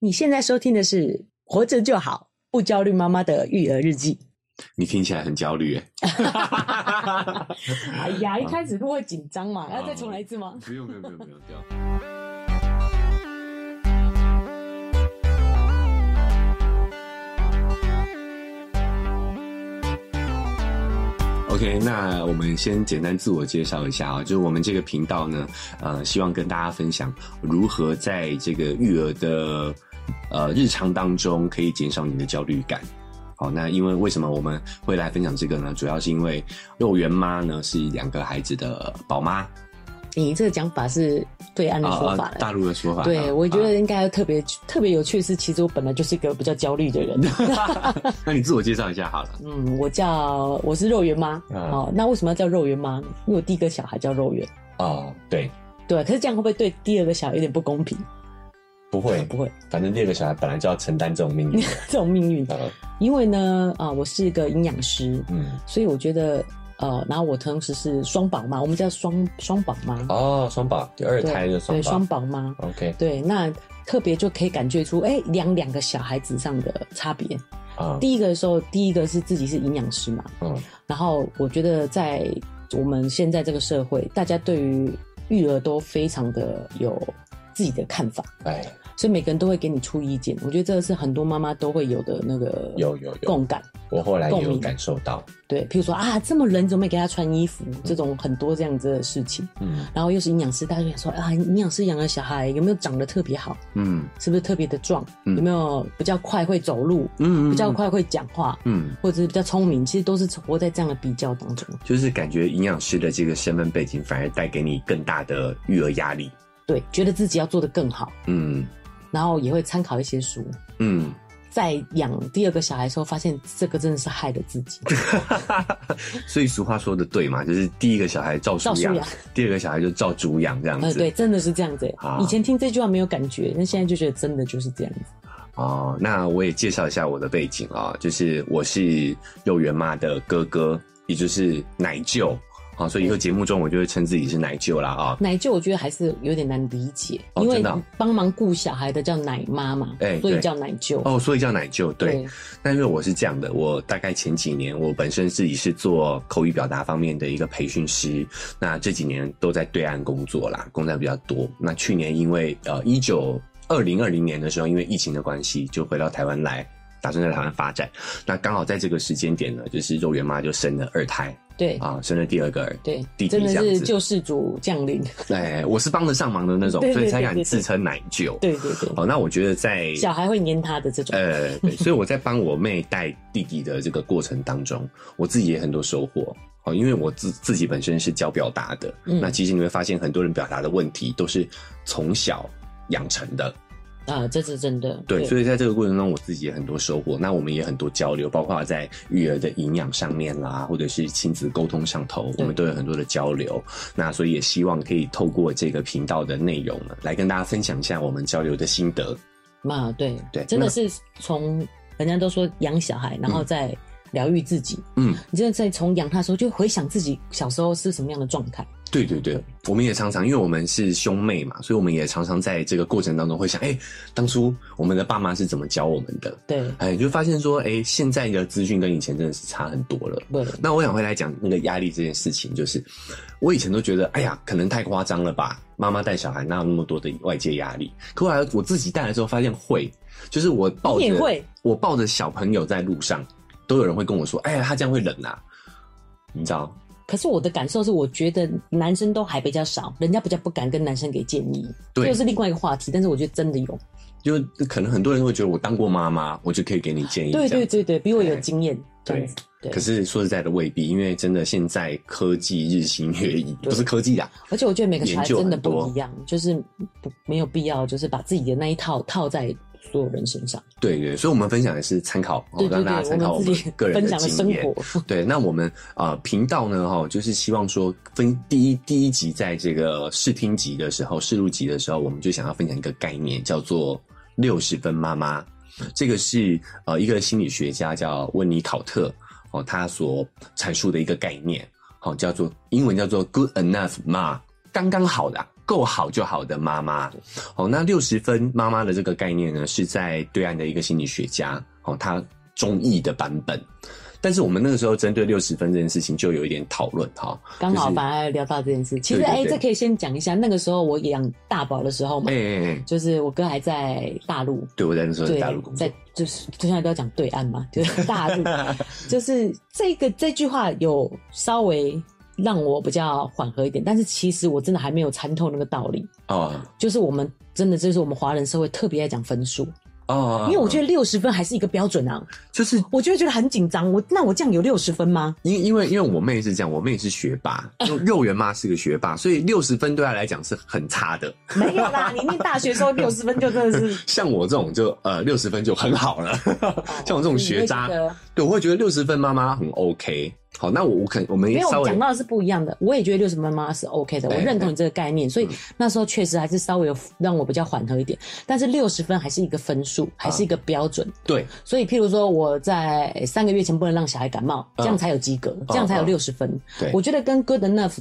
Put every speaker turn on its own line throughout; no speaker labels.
你现在收听的是《活着就好，不焦虑妈妈的育儿日记
你听起来很焦虑耶。》。
哎呀，一开始录会紧张嘛，要再重来一次吗？
不用不用不用不用不用。OK，那我们先简单自我介绍一下啊，就是我们这个频道呢，呃，希望跟大家分享如何在这个育儿的呃日常当中可以减少你的焦虑感。好，那因为为什么我们会来分享这个呢？主要是因为肉圆妈呢是两个孩子的宝妈，
你这个讲法是对岸的说法
啊啊
了。
大陆的说法。
对，
啊
我觉得
啊
应该特别特别有趣的是，其实我本来就是一个比较焦虑的人。
那你自我介绍一下好了。
嗯，我叫我是肉圆妈。
嗯
哦，那为什么要叫肉圆妈呢？因为我第一个小孩叫肉圆。
哦，对，
对，可是这样会不会对第二个小孩有点不公平？
不会，
嗯
不会，
反正第二个小孩本来就要承担这种命运的。
这种命运。
呃，
因为呢，啊、我是一个营养师，
嗯，
所以我觉得，呃，然后我同时是双宝妈，我们叫双双宝妈，
哦，双宝，第二胎的
对
双
双
宝。
宝妈，
OK
对，那特别就可以感觉出，哎，两两个小孩子上的差别。
啊，
第一个的时候，第一个是自己是营养师嘛，
嗯，
然后我觉得在我们现在这个社会，大家对于育儿都非常的有自己的看法，
哎，
所以每个人都会给你出意见。我觉得这是很多妈妈都会有的那个
有有有
共感。
我后来也
共
有
鸣
感受到，
对，譬如说啊，这么冷怎么没给他穿衣服？这种很多这样子的事情。
嗯，
然后又是营养师，大家就想说啊，营养师养的小孩有没有长得特别好？
嗯
是不是特别的壮？
嗯
有没有比较快会走路？
嗯
比较，快会讲话？
嗯，
或者是比较聪明？其实都是活在这样的比较当中。
就是感觉营养师的这个身份背景反而带给你更大的育儿压力。
对，觉得自己要做得更好，
嗯
然后也会参考一些书。
嗯，
在养第二个小孩的时候，发现这个真的是害了自己。
所以俗话说的对嘛，就是第一个小孩照书
照书
养
养，
第二个小孩就照猪养这样
呃，
子。
对，真的是这样子欸、
啊
以前听这句话没有感觉，那现在就觉得真的就是这样子。
哦，那我也介绍一下我的背景啊、就是我是幼圆妈的哥哥，也就是奶舅。好、所以以后节目中我就会称自己是奶舅啦啊、
奶舅我觉得还是有点难理解，
哦
因为
真的哦
帮忙顾小孩的叫奶妈嘛，
哎
所以
对
叫奶舅。
哦，所以叫奶舅对。那因为我是这样的，我大概前几年我本身自己是做口语表达方面的一个培训师，那这几年都在对岸工作啦，工作比较多。那去年因为呃一九二零二零年的时候，因为疫情的关系，就回到台湾来，打算在台湾发展。那刚好在这个时间点呢，就是肉圆妈就生了二胎
对
啊，生了第二个儿。
对
弟弟
真的
这样
是
子
救世主降 临。
哎，我是帮得上忙的那种，
对
所以
对
才
对
敢
对
自
对
称奶舅。
对对对，
哦好，那我觉得在
小孩会黏他的这种。
呃，对，所以我在帮我妹带弟弟的这个过程当中，我自己也很多收获。哦，因为我自自己本身是教表达的，
嗯
那其实你会发现很多人表达的问题都是从小养成的，
啊，这是真的。
对，所以在这个过程中，我自己也很多收获。那我们也很多交流，包括在育儿的营养上面啦，或者是亲子沟通上头，我们都有很多的交流。那所以也希望可以透过这个频道的内容呢，来跟大家分享一下我们交流的心得。
嘛，对
对
真的
那
是从人家都说养小孩，然后再疗愈自己。
嗯，
你真的在从养他的时候，就回想自己小时候是什么样的状态。
对对对，我们也常常，因为我们是兄妹嘛，所以我们也常常在这个过程当中会想，哎、当初我们的爸妈是怎么教我们的？
对
哎、就发现说，哎、现在的资讯跟以前真的是差很多了。
对，
那我想回来讲那个压力这件事情，就是我以前都觉得，哎呀，可能太夸张了吧，妈妈带小孩哪有那么多的外界压力？可后来我自己带的时候发现会，就是我抱
你也
着
会
我抱着小朋友在路上，都有人会跟我说，哎呀，他这样会冷啊，你知道？
可是我的感受是，我觉得男生都还比较少，人家比较不敢跟男生给建议，这
对
又是另外一个话题。但是我觉得真的有，
就可能很多人会觉得我当过妈妈，我就可以给你建议。
对
这
对
样子。
对对，比我有经验，这
对
样子。对
可，是说实在的，未必，因为真的现在科技日新月异，
对
不是科技啊啦，
而且我觉得每个小孩
研究
真的
很多
不一样，就是不没有必要，就是把自己的那一套套在所有人身上。
对对，所以我们分享也是参考，哦
对对
让大家参
对，
考
我
我
自
们
己
个人
分享的
经
生
验。
活，
对，那我们啊、呃频道呢，哈、就是希望说分第一第一集在这个试听集的时候，试录集的时候，我们就想要分享一个概念，叫做六十分妈妈。这个是呃一个心理学家叫温尼考特哦，他所哦阐述的一个概念，好、叫做英文叫做 good enough 妈，刚刚好的啊、够好就好的妈妈。哦，那六十分妈妈的这个概念呢，是在对岸的一个心理学家哦，他中译的版本。但是我们那个时候针对六十分这件事情就有一点讨论哈，
刚好
就是
反而聊到这件事。其实，
对对
哎，
对
这可以先讲一下，那个时候我养大宝的时候嘛
哎，哎哎，
就是我哥还在大陆，
对我在那时候在
对
大陆工，作
在，就是就现在都要讲对岸嘛， 就是大陆，就是这个这句话有稍微让我比较缓和一点，但是其实我真的还没有参透那个道理，
哦
就是我们真的就是我们华人社会特别爱讲分数，
哦，
因为我觉
得
得六十分还是一个标准啊，
就是
我就会觉得很紧张，我那我这样有六十分 吗？
因因为因为我妹是这样，我妹是学霸，就肉圆妈是个学霸，所以六十分对她来讲是很差的。
没有啦，你念大学的时候六十分就真的 是哦
像我这种就呃六十分就很好了， 像我这种学渣，
你会觉得
对，我会觉得六十分妈妈很 OK。好，那我我肯我们
没有，我
稍
们
微
讲到的是不一样的。我也觉得六十分妈是 OK 的，我
对嗯
认同你这个概念，所以那时候确实还是稍微有让我比较缓和一点。但是六十分还是一个分数，还是一个标准。
对
所以，譬如说我在诶三个月前不能让小孩感冒，这样才有及格，这样才有
嗯
六十分。
对
我觉得跟 good enough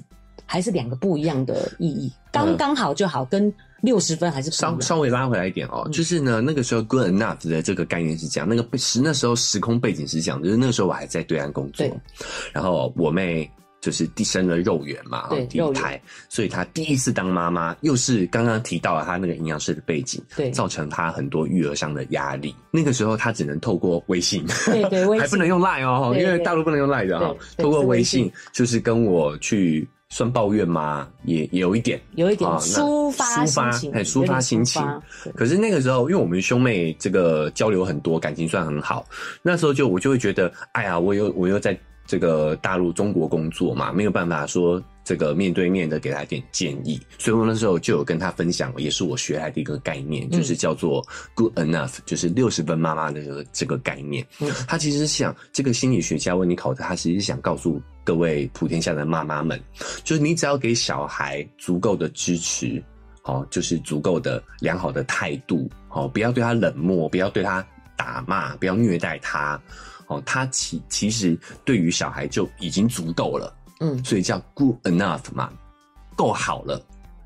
还是两个不一样的意义，
嗯
刚刚好就好，跟六十分还是不一
稍
样。
稍微拉回来一点
嗯
哦，就是呢，那个时候 good enough 的这个概念是这样，那个时那时候时空背景是这样，就是那个时候我还在对岸工作
对，
然后我妹就是第生了肉圆嘛，哦
对
第
肉
一
圆
胎，所以她第一次当妈妈，又是刚刚提到了她那个营养师的背景，
对
造成她很多育儿上的压力。那个时候她只能透过微信，
对 对微信
还不能用 Line 哦，
对
因为
对
大陆不能用 Line 的哈，
对对
透过
是微
微
信
信就是跟我去算抱怨嘛，也也有一点，
有一点
啊那
抒发
抒
心
发
情，
哎抒
有点
发心情
发对
可是那个时候，因为我们兄妹这个交流很多，感情算很好。那时候就我就会觉得，哎呀，我又我又在这个大陆中国工作嘛，没有办法说这个面对面的给他点建议。所以我那时候就有跟他分享，也是我学来的一个概念，就是叫做 “good enough”，就是六十分妈妈的这个这个概念。
嗯
他其实是想这个心理学家为你考的，他其实是想告诉各位普天下的妈妈们，就是你只要给小孩足够的支持，哦，就是足够的良好的态度，哦，不要对他冷漠，不要对他打骂，不要虐待他，哦，他其其实对于小孩就已经足够了，
嗯，
所以叫 good enough 嘛，够好了，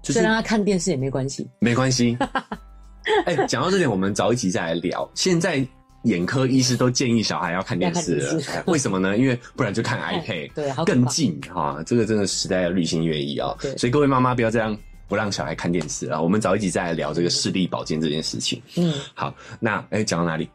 就
所
是
以让他看电视也没关系。
没关系。
啊
哎、讲到这点，我们早一集再来聊。现在眼科医师都建议小孩要看电
要
视了
看电视，
为什么呢？因为不然就 看 iPad，
对好可怕
更近哈、这个真的时代要日新月异啊、
对
所以各位妈妈不要这样不让小孩看电视啊。我们早一集再来聊这个视力保健这件事情。
嗯，
好，那哎，讲、到哪里？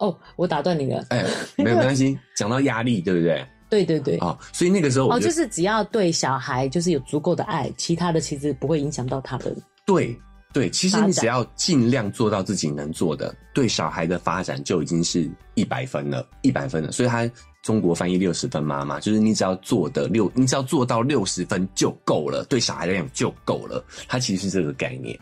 哦，我打断你了。
哎、没有没关系，讲到压力，对不对？
对对对，
啊、所以那个时候我
哦，
就
就是只要对小孩就是有足够的爱，其他的其实不会影响到他的。
对对，其实
发
你
展
只要尽量做到自己能做的，对小孩的发展就已经是一百分了，一百分了。所以他中国翻译六十分妈妈，就是你只要做的六，你只要做到六十分就够了，对小孩来讲就够了。他其实是这个概念，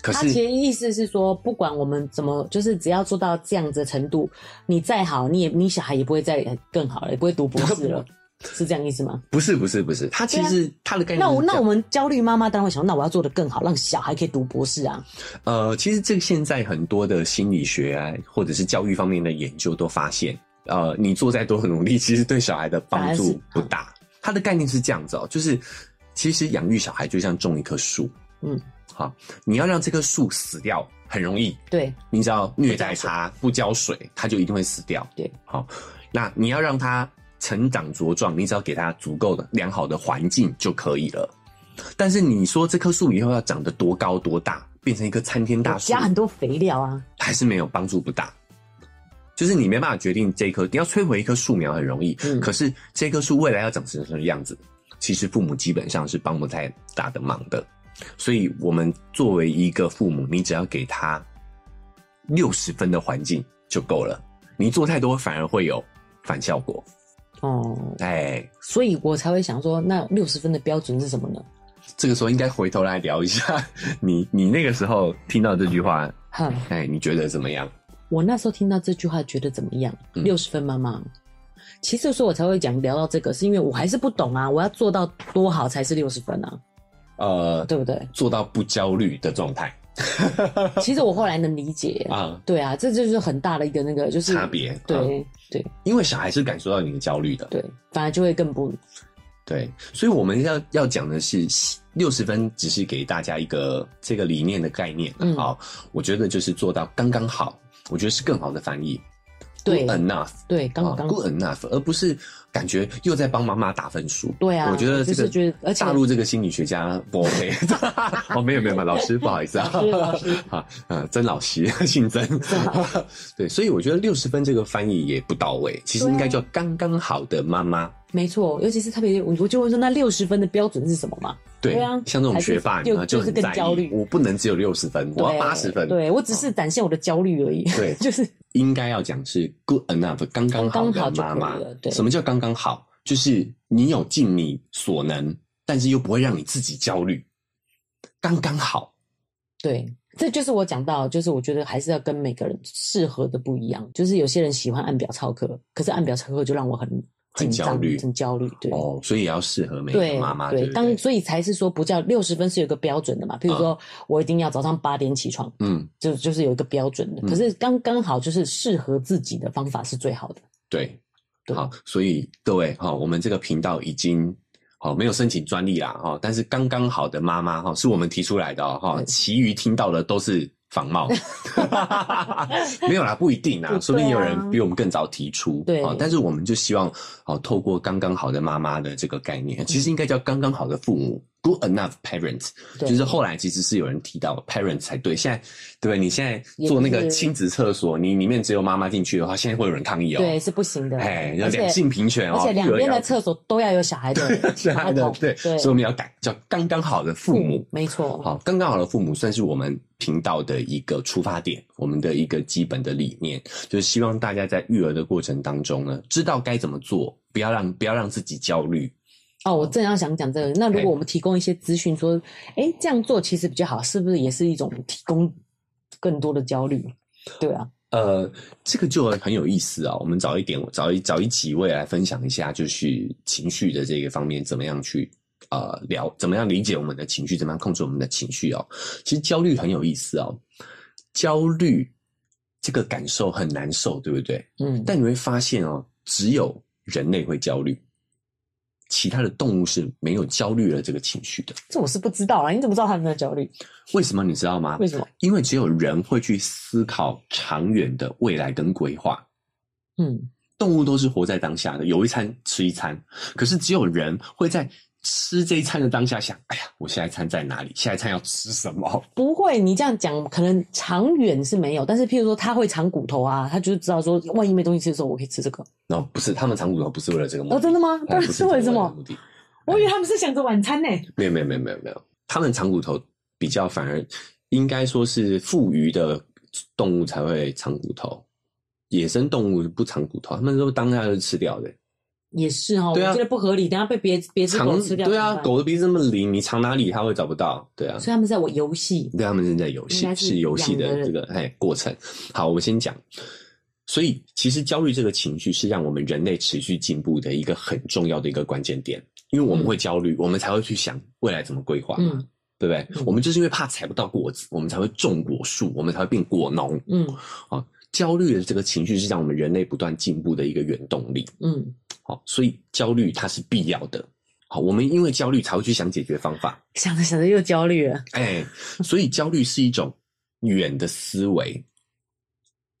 可
他其
是
实意思是说，不管我们怎么，就是只要做到这样子的程度，你再好，你也你小孩也不会再更好了，也不会读博士 了，是这样意思吗？
不是不是不是，他其实、他的概念
那
是
我
这样
那我们焦虑妈妈当然会想，那我要做的更好，让小孩可以读博士啊。
呃，其实这个现在很多的心理学啊，或者是教育方面的研究都发现，呃，你做再多的努力，其实对小孩的帮助不大。它的概念是这样子哦，就是其实养育小孩就像种一棵树，
嗯，
好，你要让这棵树死掉很容易，
对
你只要虐待它、不浇水，它就一定会死掉。
对，
好，那你要让它成长茁壮，你只要给它足够的良好的环境就可以了。但是你说这棵树以后要长得多高多大，变成一棵参天大
我
树
加，很多肥料啊。
还是没有帮助不大。就是你没办法决定这棵，你要摧毁一棵树苗很容易，
嗯
可是这棵树未来要长成什么样子，其实父母基本上是帮不太大的忙的。所以，我们作为一个父母，你只要给他六十分的环境就够了，你做太多反而会有反效果。
哦，
哎，
所以我才会想说，那六十分的标准是什么呢？
这个时候应该回头来聊一下，你你那个时候听到这句话，
哼，
哎，你觉得怎么样？
我那时候听到这句话，觉得怎么样？
嗯
六十分妈妈。其实说我才会讲聊到这个，是因为我还是不懂啊，我要做到多好才是六十分啊，
呃，？
对不对
做到不焦虑的状态
其实我后来能理解，
啊。
对啊，这就是很大的一个那个就是
差别
对、
嗯
对
因为小孩是感受到你的焦虑的，
对，反而就会更不
对，所以我们要要讲的是六十分，只是给大家一个这个理念的概念。
嗯
好，我觉得就是做到刚刚好，我觉得是更好的翻译。
对
Good enough，
对，刚
啊
刚
good enough，而不是感觉又在帮妈妈打分数。
对啊
我觉得
就
这
是
个
觉得而且
大陆这个心理学家 不 OK。哦， 没有没有没有，老师不好意思啊，
老师老师
啊，嗯，曾老师姓曾， 对，所以我觉得六十分这个翻译也不到位，其实应
啊
该叫刚刚好的妈妈。
没错，尤其是特别，我我就会说那六十分的标准是什么嘛？
对
对啊
像这种学霸
还是就
啊
就是
很
更
在意
焦虑
我不能只有六十分，我要
对
八十分。啊
对我只是展现我的焦虑而已。
对
就是
应该要讲是 good enough，刚刚好
刚刚
的
好就
妈妈
可以了。对
什么叫刚刚好？就是你有尽你所能，但是又不会让你自己焦虑，刚刚好。
对，这就是我讲到，就是我觉得还是要跟每个人适合的不一样。就是有些人喜欢按表操课，可是按表操课就让我很紧
很
张、
焦虑
很焦虑。对。
哦，所以也要适合每
对
个妈妈，
对，
不
当所以才是说不叫六十分是有一个标准的嘛，
啊
譬如说我一定要早上八点起床，
嗯，
就就是有一个标准的。
嗯
可是刚刚好就是适合自己的方法是最好的。
对，
对
好，所以各位哈、我们这个频道已经好、没有申请专利啦哈、但是刚刚好的妈妈哈、是我们提出来的哦哈、
对
其余听到的都是 仿冒，没有啦，不一定啦，
不
说不定
对
有
啊
人比我们更早提出，
对
哦但是我们就希望哦，透过刚刚好的妈妈的这个概念，其实应该叫刚刚好的父母。Good enough parents，
对
就是后来其实是有人提到 parents 才对。现在，对不对？你现在做那
也
个
不是
亲子厕所，你里面只有妈妈进去的话，现在会有人抗议哦。
对，是不行的。
哎，要
而且
两性平权哦，
而且两边的
育
厕所都要有小孩的
儿要是他的
马桶
对，
对，嗯
所以我们要改叫刚刚好的父母。
没错，
好，刚刚好的父母算是我们频道的一个出发点，我们的一个基本的理念，就是希望大家在育儿的过程当中呢，知道该怎么做，不要让不要让自己焦虑。
哦，我正要想讲这个。那如
哎
果我们提供一些资讯，说，哎，这样做其实比较好，是不是也是一种提供更多的焦虑？对啊，
呃，这个就很有意思啊、我们早一点，早一早一集，我也来分享一下，就是情绪的这个方面，怎么样去呃聊，怎么样理解我们的情绪，怎么样控制我们的情绪哦。其实焦虑很有意思哦，焦虑这个感受很难受，对不对？
嗯，
但你会发现哦，只有人类会焦虑，其他的动物是没有焦虑的这个情绪的。
这我是不知道啊啦。你怎么知道他们在焦虑？
为什么你知道吗？
为什么？
因为只有人会去思考长远的未来跟规划。
嗯，
动物都是活在当下的，有一餐吃一餐。可是只有人会在吃这一餐的当下想：哎呀，我下一餐在哪里？下一餐要吃什么？
不会，你这样讲可能长远是没有，但是譬如说他会藏骨头啊，他就是知道说，万一没东西吃的时候，我可以吃这个。
然后不是，他们长骨头不是为了这个目的，
哦，真的吗？
哎
不然
不啊
是为了什
这个
么
目？的？
我以为他们是想着晚餐呢、
没有没有没有没有没有，他们长骨头比较反而应该说是富余的动物才会长骨头，野生动物不长骨头，他们都当下就吃掉的。
也是哦，
对啊
我觉得不合理，等下被别别只
长
狗吃掉。
对啊
怎么，办
狗的鼻子那么灵，你藏哪里它会找不到？对啊，
所以他们在我游戏。
对，他们正在游
应
戏，
该
是
是
游戏
养
的
的
这个哎过程。好，我们先讲。所以，其实焦虑这个情绪是让我们人类持续进步的一个很重要的一个关键点，因为我们会焦虑，我们才会去想未来怎么规划嘛，
嗯
对不对？
嗯
我们就是因为怕采不到果子，我们才会种果树，我们才会变果农。
嗯
焦虑的这个情绪是让我们人类不断进步的一个原动力。
嗯，
好，所以焦虑它是必要的。好，我们因为焦虑才会去想解决方法。
想着想着又焦虑了。
哎，所以焦虑是一种远的思维。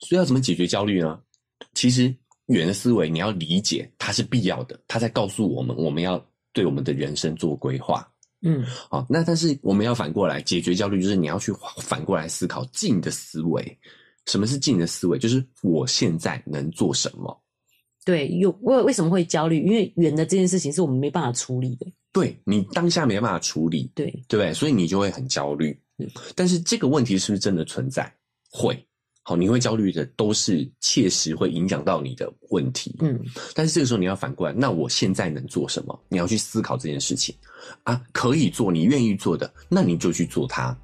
所以要怎么解决焦虑呢？其实远的思维你要理解它是必要的，它在告诉我们我们要对我们的人生做规划。
嗯，
好，那但是我们要反过来解决焦虑，就是你要去反过来思考近的思维。什么是近的思维？就是我现在能做什么？
对，有为为什么会焦虑？因为远的这件事情是我们没办法处理的。
对你当下没办法处理，
对，
对不对？所以你就会很焦虑
嗯。
但是这个问题是不是真的存在？会，好，你会焦虑的都是切实会影响到你的问题。，
嗯，
但是这个时候你要反过来，那我现在能做什么？你要去思考这件事情啊，可以做你愿意做的，那你就去做它。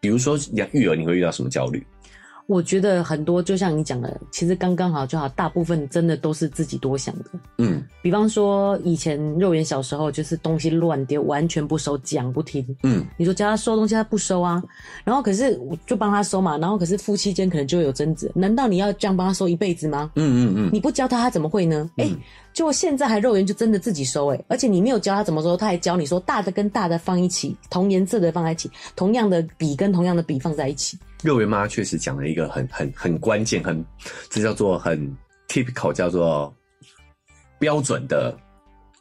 比如说养育儿，你会遇到什么焦虑？
我觉得很多就像你讲的，其实刚刚好就好，大部分真的都是自己多想的。
嗯
比方说以前肉圆小时候就是东西乱丢，完全不收，讲不听。
嗯，
你说叫他收东西，他不收啊。然后可是我就帮他收嘛，然后可是夫妻间可能就会有争执。难道你要这样帮他收一辈子吗？
嗯嗯嗯，
你不教他，他怎么会呢？哎、
嗯
就现在还肉圆就真的自己收哎、而且你没有教他怎么收，他还教你说大的跟大的放一起，同颜色的放在一起，同样的笔跟同样的笔放在一起。
肉圆妈确实讲了一个很很很关键，很这叫做很 typical，叫做标准的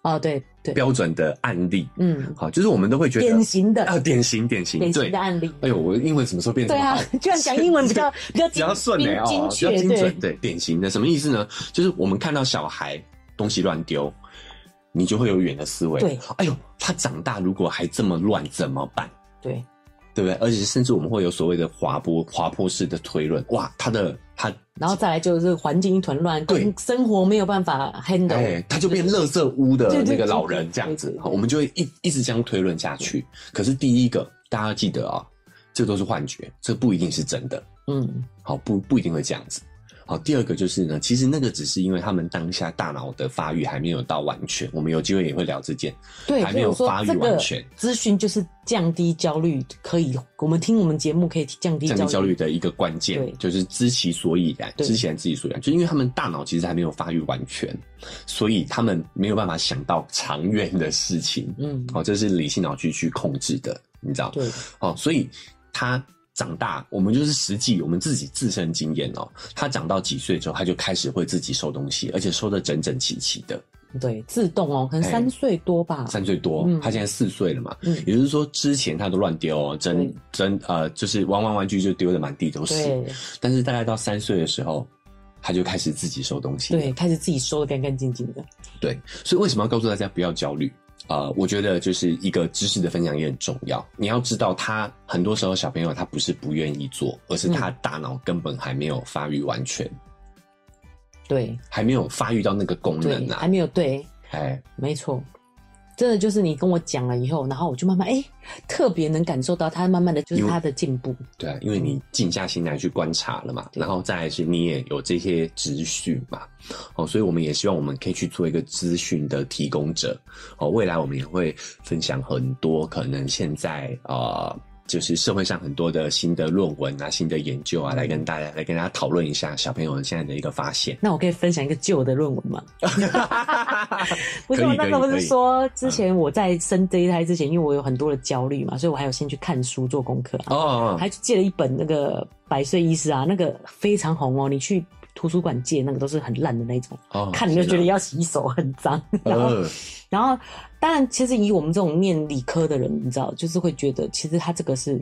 哦，对对，
标准的案例。
嗯，
好，就是我们都会觉得
典型的、
啊，典型典型，
典
对
型的。案例。
哎呦，我英文什么时候变这
对
么
啊
好？，
居然讲英文比较 比较
比
精
较顺
精
哎哦，
精
比较
确，
精
对
准，对，典型的什么意思呢？就是我们看到小孩东西乱丢，你就会有远的思维，
对，
哎呦，他长大如果还这么乱怎么办？
对
对不对？而且甚至我们会有所谓的滑坡滑坡式的推论，哇，他的他
然后再来就是环境一团乱，
对
跟生活没有办法 handle，、
哎，他就变垃圾屋的
对对
那个老人这样
对
子
对，对
好我们就会一一直这样推论下去。可是第一个，大家要记得啊、这都是幻觉，这不一定是真的。
嗯，
好，不不一定会这样子。好，第二个就是呢，其实那个只是因为他们当下大脑的发育还没有到完全，我们有机会也会聊这件。
对，
还没有
所以我
发
说
育
这
完
个
全
资讯就是降低焦虑，可以，我们听我们节目可以降低
降低
焦
焦虑的一个关键
对
就是知其所以然，
对
知其然知其所以然，就因为他们大脑其实还没有发育完全，所以他们没有办法想到长远的事情。
嗯，
好，这是理性脑区去控制的，你知道？
对，
哦，所以他长大，我们就是实际我们自己自身经验哦，他长到几岁之后，他就开始会自己收东西，而且收的整整齐齐的。
对，自动哦，可能
哎
三岁多吧，
三岁多，
嗯
他现在四岁了嘛，
嗯
也就是说之前他都乱丢哦，真
对
真呃，就是玩玩玩具就丢的满地都是。
对
但是大概到三岁的时候，他就开始自己收东西了。
对，开始自己收的干干净净的，
对，所以为什么要告诉大家不要焦虑？呃，我觉得就是一个知识的分享也很重要。你要知道他，很多时候小朋友他不是不愿意做，而是他大脑根本还没有发育完全，
对
还没有发育到那个功能
对，
啊
还。没有对，
哎，
没错。真的就是你跟我讲了以后，然后我就慢慢哎、特别能感受到他慢慢的就是
因为
他的进步，
对啊，因为你静下心来去观察了嘛，
对。
然后再来是你也有这些资讯嘛，哦，所以我们也希望我们可以去做一个资讯的提供者，哦，未来我们也会分享很多可能现在呃，就是社会上很多的新的论文啊、新的研究啊，来跟大家来跟大家讨论一下小朋友现在的一个发现
那我可以分享一个旧的论文 吗？不是
可
我那
以
时候
可以
不
可
是
以
说之前我在生这一胎之前，因为我有很多的焦虑嘛，所以我还有先去看书做功课、啊，
哦，
还去借了一本那个《百岁医师》啊，那个非常红哦，你去图书馆借那个都是很烂的那种，
哦
看你就觉得要洗手很脏，然后
呃，
然后，当然，其实以我们这种念理科的人，你知道，就是会觉得其实他这个是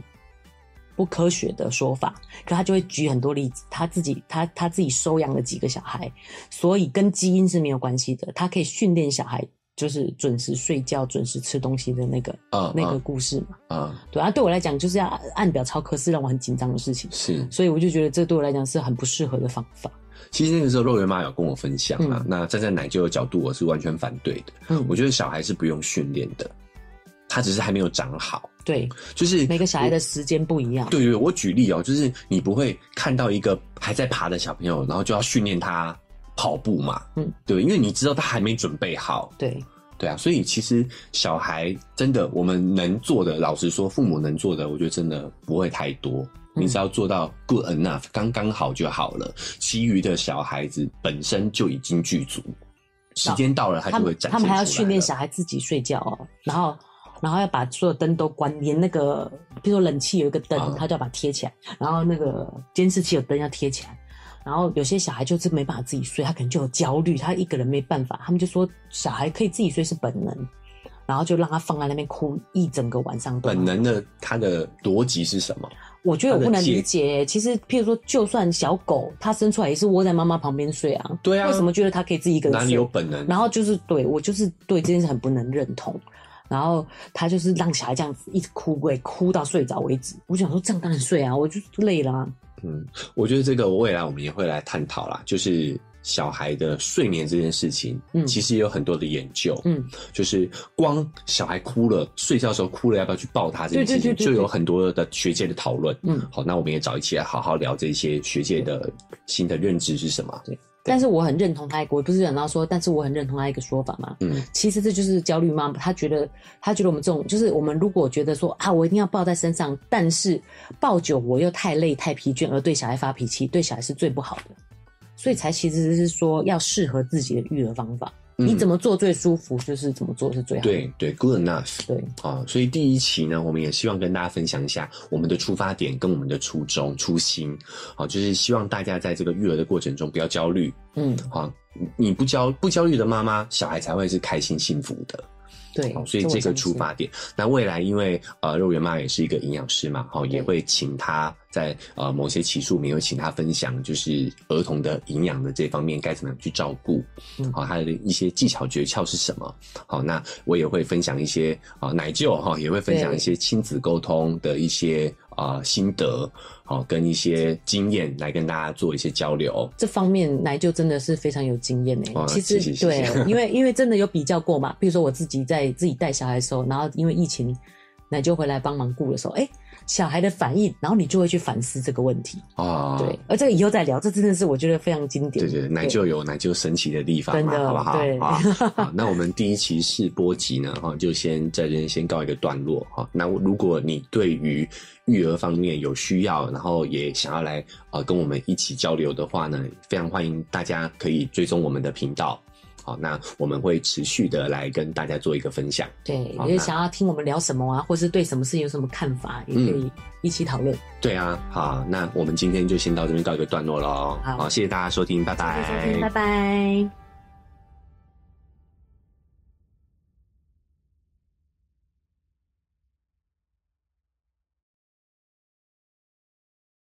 不科学的说法，可他就会举很多例子，他自己他他自己收养了几个小孩，所以跟基因是没有关系的，他可以训练小孩就是准时睡觉、准时吃东西的那个、
嗯
那个
嗯
故事嘛。
嗯，
对啊，对我来讲就是要按表操课是让我很紧张的事情，
是。
所以我就觉得这对我来讲是很不适合的方法。
其实那个时候肉圆妈有跟我分享啊，
嗯
那站在奶舅的角度，我是完全反对的。
嗯，
我觉得小孩是不用训练的，他只是还没有长好。
对
就是
每个小孩的
我
时间不一样。
对对，我举例哦，就是你不会看到一个还在爬的小朋友，然后就要训练他跑步嘛，
嗯，
对，因为你知道他还没准备好，
对
对啊，所以其实小孩真的我们能做的，老实说，父母能做的，我觉得真的不会太多。
嗯
你只要做到 good enough，刚刚好就好了。其余的小孩子本身就已经具足，时间到了他
他
就会
们
展现
他们还要
出来
训练
了
小孩自己睡觉哦，然后然后要把所有灯都关，连那个比如说冷气有一个灯，
嗯
他就要把它贴起来，然后那个监视器有灯要贴起来。然后有些小孩就是没办法自己睡，他可能就有焦虑，他一个人没办法，他们就说小孩可以自己睡是本能，然后就让他放在那边哭一整个晚上。
本，能的，他的逻辑是什么？
我觉得我不能
他的
理
界
解。其实，譬如说，就算小狗它生出来也是窝在妈妈旁边睡啊，
对啊
为什么觉得它可以自己一个人
哪
睡？
里有本能？
然后就是对我就是对这件事很不能认同，然后他就是让小孩这样子一直哭跪，哭到睡着为止。我就想说这
嗯
样当然睡啊，我就累了、啊。
我觉得这个未来我们也会来探讨啦，就是小孩的睡眠这件事情，
嗯
其实也有很多的研究，
嗯，
就是光小孩哭了，睡觉的时候哭了，要不要去抱他这件事
对
情，
对对对
就有很多的学界的讨论。
嗯，
好，那我们也找一起来好好聊这些学界的新的认知是什么。
但是我很认同他一个，我不是讲到说，但是我很认同他一个说法嘛。
嗯，
其实这就是焦虑妈妈，她觉得她觉得我们这种，就是我们如果觉得说啊，我一定要抱在身上，但是抱久我又太累太疲倦，而对小孩发脾气，对小孩是最不好的。所以才其实是说要适合自己的育儿方法，你怎
么
么做最舒服，就是怎么做是最好的。
嗯对对，good enough。
对，
啊，所以第一期呢，我们也希望跟大家分享一下我们的出发点跟我们的初衷、初心，啊，就是希望大家在这个育儿的过程中不要焦虑，
嗯，
啊，你你不焦不焦虑的妈妈，小孩才会是开心幸福的，
对
好，。所以这个出发点，那未来因为呃肉圆妈也是一个营养师嘛，好、也
对
会请她在呃某些期数没有请她分享，就是儿童的营养的这方面该怎么样去照顾，哦
嗯
好、她的一些技巧诀窍是什么？好，那我也会分享一些啊、奶舅哈、也会分享
对
一些亲子沟通的一些啊、心得，好、跟一些经验来跟大家做一些交流。
这方面奶就真的是非常有经验呢、
哇
其实
哦谢谢谢谢
对，因为因为真的有比较过嘛，比如说我自己在自己带小孩的时候，然后因为疫情，奶就回来帮忙顾的时候，哎，小孩的反应，然后你就会去反思这个问题。
啊，
对，而这个以后再聊，这真的是我觉得非常经典。
对对，奶就有奶就神奇的地方
真
嘛，
的
好不好？
对
啊，好，那我们第一期试播集呢，哈，就先在这边先告一个段落哈。那如果你对于育儿方面有需要，然后也想要来呃跟我们一起交流的话呢，非常欢迎大家可以追踪我们的频道。好，那我们会持续的来跟大家做一个分享。
对，
好
也
那
想要听我们聊什么啊，或是对什么事情有什么看法，也可
嗯
以一起讨论。
对啊，好，那我们今天就先到这边告一个段落喽。
好
谢谢大家收听，拜
谢谢收听，拜拜。